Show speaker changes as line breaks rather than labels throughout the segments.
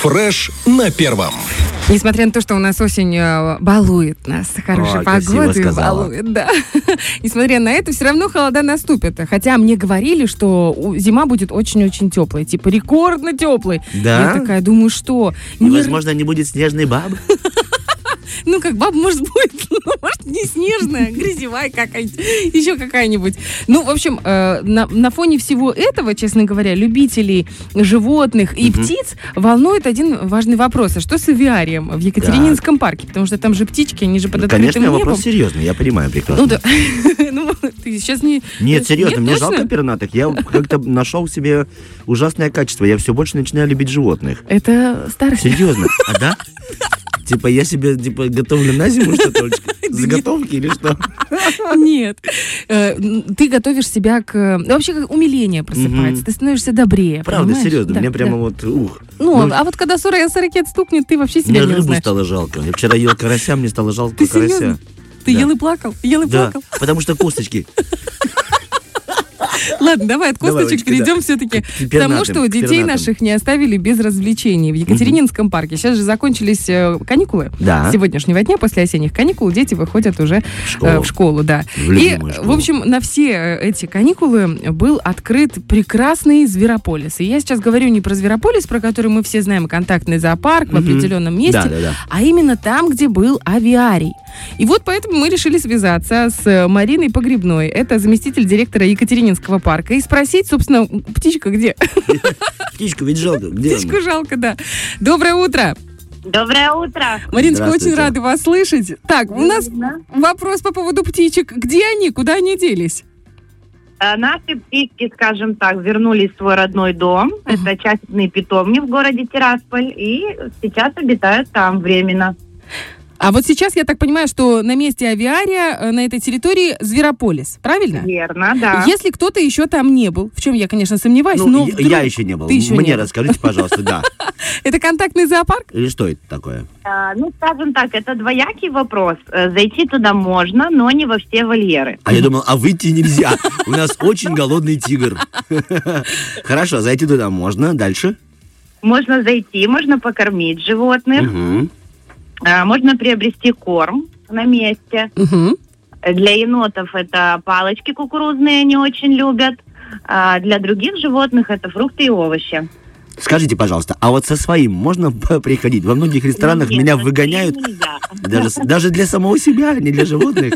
Фреш на первом.
Несмотря на то, что у нас осень э, балует нас, хорошей
Ой, красиво
погодой
сказала.
балует, да. Несмотря на это, все равно холода наступит. Хотя мне говорили, что у- зима будет очень-очень теплой, типа рекордно теплой.
Да?
Я такая думаю, что
И,
Ну, не-
возможно, не будет снежной бабы.
ну как баба может будет, ну, может не снежная, грязевая какая-нибудь, еще какая-нибудь. Ну в общем э, на, на фоне всего этого, честно говоря, любителей животных и
Мгм.
птиц волнует один важный вопрос: а что с авиарием в Екатерининском парке? Потому что там же птички, они же под
Ну,
открытым
Конечно,
небом.
вопрос серьезный, я понимаю прекрасно.
Ну да, ну ты сейчас не.
Нет, серьезно,
Нет,
мне
точно?
жалко пернатых. Я как-то нашел в себе ужасное качество. Я все больше начинаю любить животных.
Это старость.
Серьезно. А да? Типа я себе типа готовлю на зиму что-то, Олечка? Заготовки или что?
Нет. Э, н- Ты готовишь себя к... э, Вообще как умиление просыпается,
Мгм.
ты становишься добрее.
Правда,
понимаешь?
серьезно,
Да,
мне
да.
прямо вот ух.
Ну, а вот когда 40 ракет стукнет, ты вообще
Мне
себя не
рыбу
узнаешь.
стало жалко. Я вчера ел карася, мне стало жалко
Ты
карася.
серьезно? Ты
Да.
ел и плакал? Ел и
Да,
плакал?
потому что косточки.
Ладно, давай от
Давай,
косточек
Олечка, да.
перейдем все-таки
К- к
к тому,
пернатым,
что
к
детей
пернатым.
наших не оставили без развлечений в Екатерининском парке. Сейчас же закончились э, каникулы.
Да.
С сегодняшнего дня после осенних каникул дети выходят уже
школу.
э, в школу, да.
В
И,
любимую школу.
в общем, на все э, эти каникулы был открыт прекрасный Зверополис. И я сейчас говорю не про Зверополис, про который мы все знаем, контактный зоопарк в
Мгм.
определенном месте,
Да, да, да.
а именно там, где был авиарий. И вот поэтому мы решили связаться с э, Мариной Погребной, это заместитель директора Екатерининского парка, и спросить, собственно, птичка где?
Птичку ведь жалко. Где она?
Птичку жалко, да. Доброе утро.
Доброе утро.
Мариночка, очень
Здравствуйте.
рада вас слышать. Так, у нас вопрос по поводу птичек. Где они, куда они делись?
Э, Наши птички, скажем так, вернулись в свой родной дом. Это частный питомник в городе Тирасполь. И сейчас обитают там временно.
А вот сейчас я так понимаю, что на месте авиария, э, на этой территории Зверополис, правильно?
Верно, да.
Если кто-то еще там не был, в чем я, конечно, сомневаюсь,
Ну,
но
я,
вдруг-
я еще не был.
ты еще не
Мне
был.
расскажите, пожалуйста, да.
это контактный зоопарк?
Или что это такое?
Э, Ну, скажем так, это двоякий вопрос. Э, Зайти туда можно, но не во все вольеры.
А я думал, а выйти нельзя. У нас очень голодный тигр. Хорошо, зайти туда можно. Дальше.
Можно зайти, можно покормить животных,
Мгм.
э, можно приобрести корм на месте.
Мгм.
Для енотов это палочки кукурузные, они очень любят. А для других животных это фрукты и овощи.
Скажите, пожалуйста, а вот со своим можно п- приходить? Во многих ресторанах
Нет,
меня
со
выгоняют.
своим нельзя.
Даже, с- даже для самого себя, а не для животных.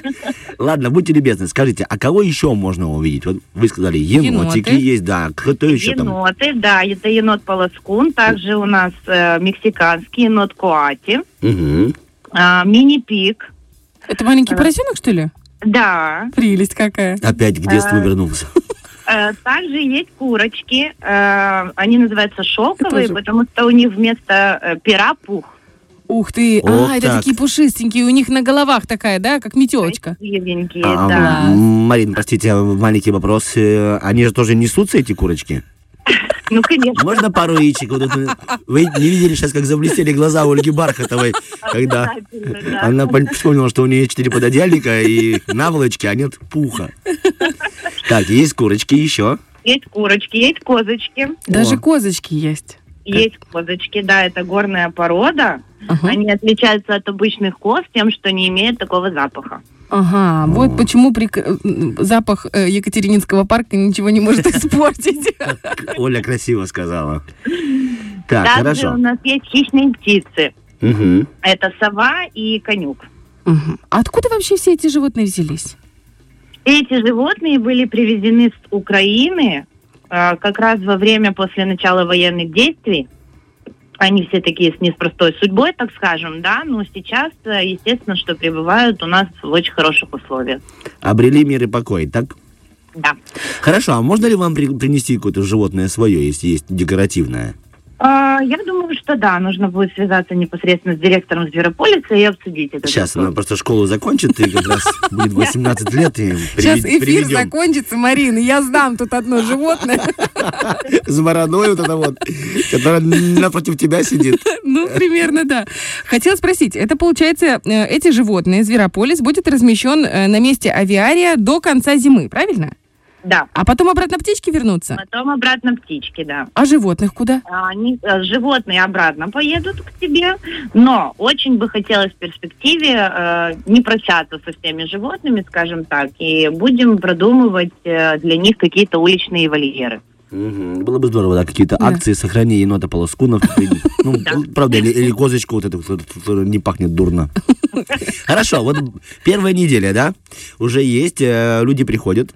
Ладно, будьте любезны, скажите, а кого еще можно увидеть? Вот вы сказали, енотики
Еноты.
есть, да. Кто еще там?
Еноты, да, это енот полоскун. Также у нас э, мексиканский енот куати,
Мгм.
а, мини-пик.
Это маленький
Э.
поросенок, что ли?
Да.
Прелесть какая.
Опять к
А,
детству вернулся.
Э, Также есть курочки. э, Они называются шелковые,
Это тоже-
потому что у них вместо э, пера пух.
Ух ты.
Вот
а, это
так.
такие пушистенькие. У них на головах такая, да, как метелочка.
Красивенькие,
А,
да.
м, Марин, простите, а маленький вопрос. Э, Они же тоже несутся, эти курочки?
Ну, конечно.
Можно пару яичек? Вот это- Вы не видели сейчас, как заблестели глаза Ольги Бархатовой, когда
обязательно, да.
она пон- вспомнила, что у нее четыре пододеяльника и наволочки, а нет пуха. Так, есть курочки еще.
Есть курочки, есть
Э.
козочки.
Даже
О.
козочки есть.
Есть козочки, да, это горная порода.
Ага.
Они отличаются от обычных коз тем, что не имеют такого запаха.
Ага, вот почему прик- м, запах э, Екатерининского парка ничего не может испортить.
К- Оля красиво сказала. Так,
Также у
А, хорошо.
нас есть хищные птицы.
Мгм.
Это сова и конюк.
Мгм. А Откуда вообще все эти животные взялись?
Эти животные были привезены с Украины э, как раз во время после начала военных действий. Они все такие с неспростой судьбой, так скажем, да, но сейчас, э, естественно, что пребывают у нас в очень хороших условиях.
Обрели мир и покой, так?
Да.
Хорошо, а можно ли вам при- принести какое-то животное свое, если есть декоративное?
А, Я думаю, что да, нужно будет связаться непосредственно с директором Зверополиса и обсудить это.
Сейчас она просто школу закончит, и как раз будет 18 лет, и
Сейчас
привед-
эфир
приведем.
закончится, Марина, я сдам тут одно животное.
с бородой вот это вот, которая напротив тебя сидит.
Ну, примерно, да. Хотела спросить, это получается, э, эти животные, Зверополис, будет размещен э, на месте авиария до конца зимы, правильно?
Да,
А потом обратно птички вернутся?
потом обратно птички, да.
А животных куда?
А Они, э, животные обратно поедут к тебе, но очень бы хотелось в перспективе э, не прощаться со всеми животными, скажем так, и будем продумывать э, для них какие-то уличные вольеры.
Мгм. Было бы здорово, да, какие-то
Да.
акции сохрани енота полоскунов. Ну, правда, или, или козочку вот эту, которая которая не пахнет дурно. Хорошо, вот первая неделя, да, уже есть, э, люди приходят.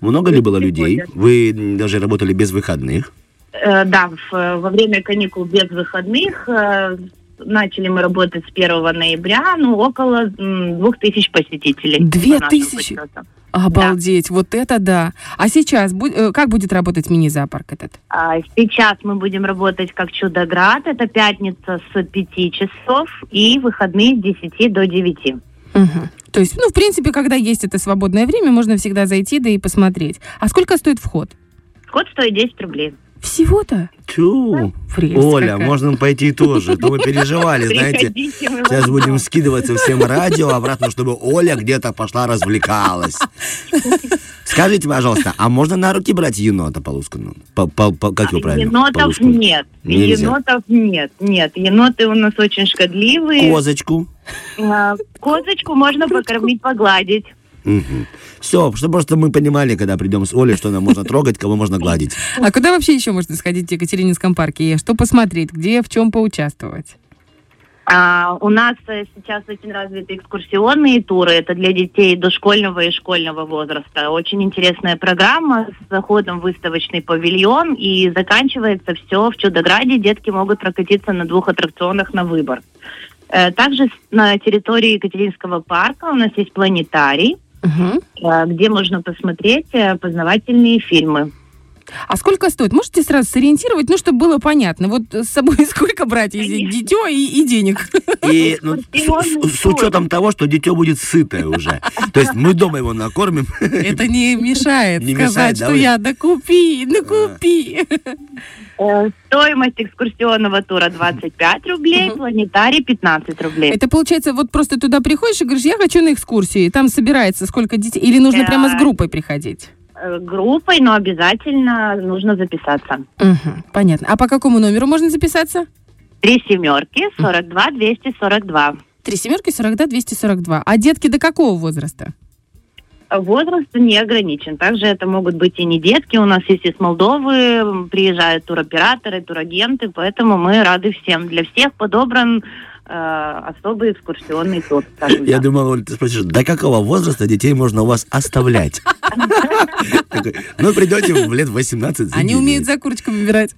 Много ли было людей? Вы м, даже работали без выходных.
Э, да, в- э, во время каникул без выходных э, начали мы работать с 1 ноября, ну, около м, 2000 посетителей.
Две
по нашим
тысячи?
подсчетам.
Обалдеть, вот это да. А сейчас, бу- э, как будет работать мини-зоопарк этот?
А, Сейчас мы будем работать как Чудоград. Это пятница с 5 часов и выходные с 10 до 9.
Мгм. То есть, ну, в принципе, когда есть это свободное время, можно всегда зайти, да и посмотреть. А сколько стоит вход?
Вход стоит 10 рублей.
Всего-то?
Тю,
Прелесть
Оля,
какая.
можно пойти тоже. То мы переживали, знаете.
Приходите, мы
Сейчас
вам
будем скидываться всем радио обратно, чтобы Оля где-то пошла развлекалась. Скажите, пожалуйста, а можно на руки брать енота полускану? По, по- по- как его правильно?
Енотов
Полускану.
нет.
Нельзя.
Енотов нет. Нет, еноты у нас очень шкодливые.
Козочку.
А, Козочку можно покормить, погладить.
Все, чтобы просто мы понимали, когда придем с Олей, что нам можно трогать, кого можно гладить.
А куда вообще еще можно сходить в Екатерининском парке? И Что посмотреть? Где, в чем поучаствовать?
А, у нас э, сейчас очень развиты экскурсионные туры. Это для детей дошкольного и школьного возраста. Очень интересная программа с заходом в выставочный павильон. И заканчивается все в Чудограде. Детки могут прокатиться на двух аттракционах на выбор. Э, Также с- на территории Екатеринского парка у нас есть планетарий,
Мгм.
э, где можно посмотреть э, познавательные фильмы.
А сколько стоит? Можете сразу сориентировать, ну, чтобы было понятно. Вот э, с собой сколько брать из
Конечно.
дитё и, и денег?
И ну, с, с- с учетом того, что дитё будет сытое уже. То есть мы дома его накормим.
Это не мешает
Не
сказать,
мешает, да,
что
Оль?
я докупи, докупи.
Э, Стоимость экскурсионного тура 25 рублей,
Мгм.
планетарий 15 рублей.
Это получается, вот просто туда приходишь и говоришь, я хочу на экскурсии, и там собирается сколько детей, или нужно
Да.
прямо с группой приходить?
э, группой, но обязательно нужно записаться.
Мгм, понятно. А по какому номеру можно записаться?
Три семерки, 42, 242.
Три семерки, 42, 242. А детки до какого возраста?
Возраст не ограничен. Также это могут быть и не детки. У нас есть из Молдовы, м, приезжают туроператоры, турагенты, поэтому мы рады всем. Для всех подобран э, особый экскурсионный тур. скажем
Я
так.
думал, Оль, ты спросишь, до какого возраста детей можно у вас оставлять? Такой, Ну, придете в лет 18.
Они
заберете.
умеют за курочками выбирать.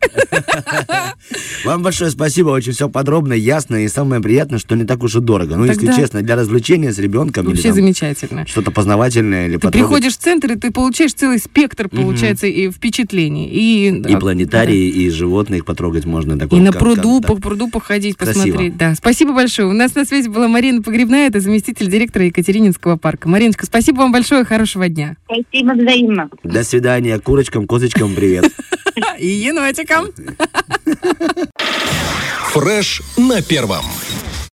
Вам большое спасибо, очень все подробно, ясно и самое приятное, что не так уж и дорого. Ну, если
Тогда-
честно, для развлечения с ребенком или
Вообще
там
замечательно.
что-то познавательное или
Ты
потрогать.
приходишь в центр, и ты получаешь целый спектр, получается, и впечатлений. И,
И
а,
планетарии, и животных потрогать можно.
да.
такой
И на
как- как-
пруду,
так.
по пруду походить,
Красиво.
посмотреть. Да, спасибо большое. У нас на связи была Марина Погребная, это заместитель директора Екатерининского парка. Мариночка, спасибо вам большое, хорошего дня.
Спасибо взаимно.
До свидания, курочкам, козочкам, привет.
И енотикам.
Фреш на первом.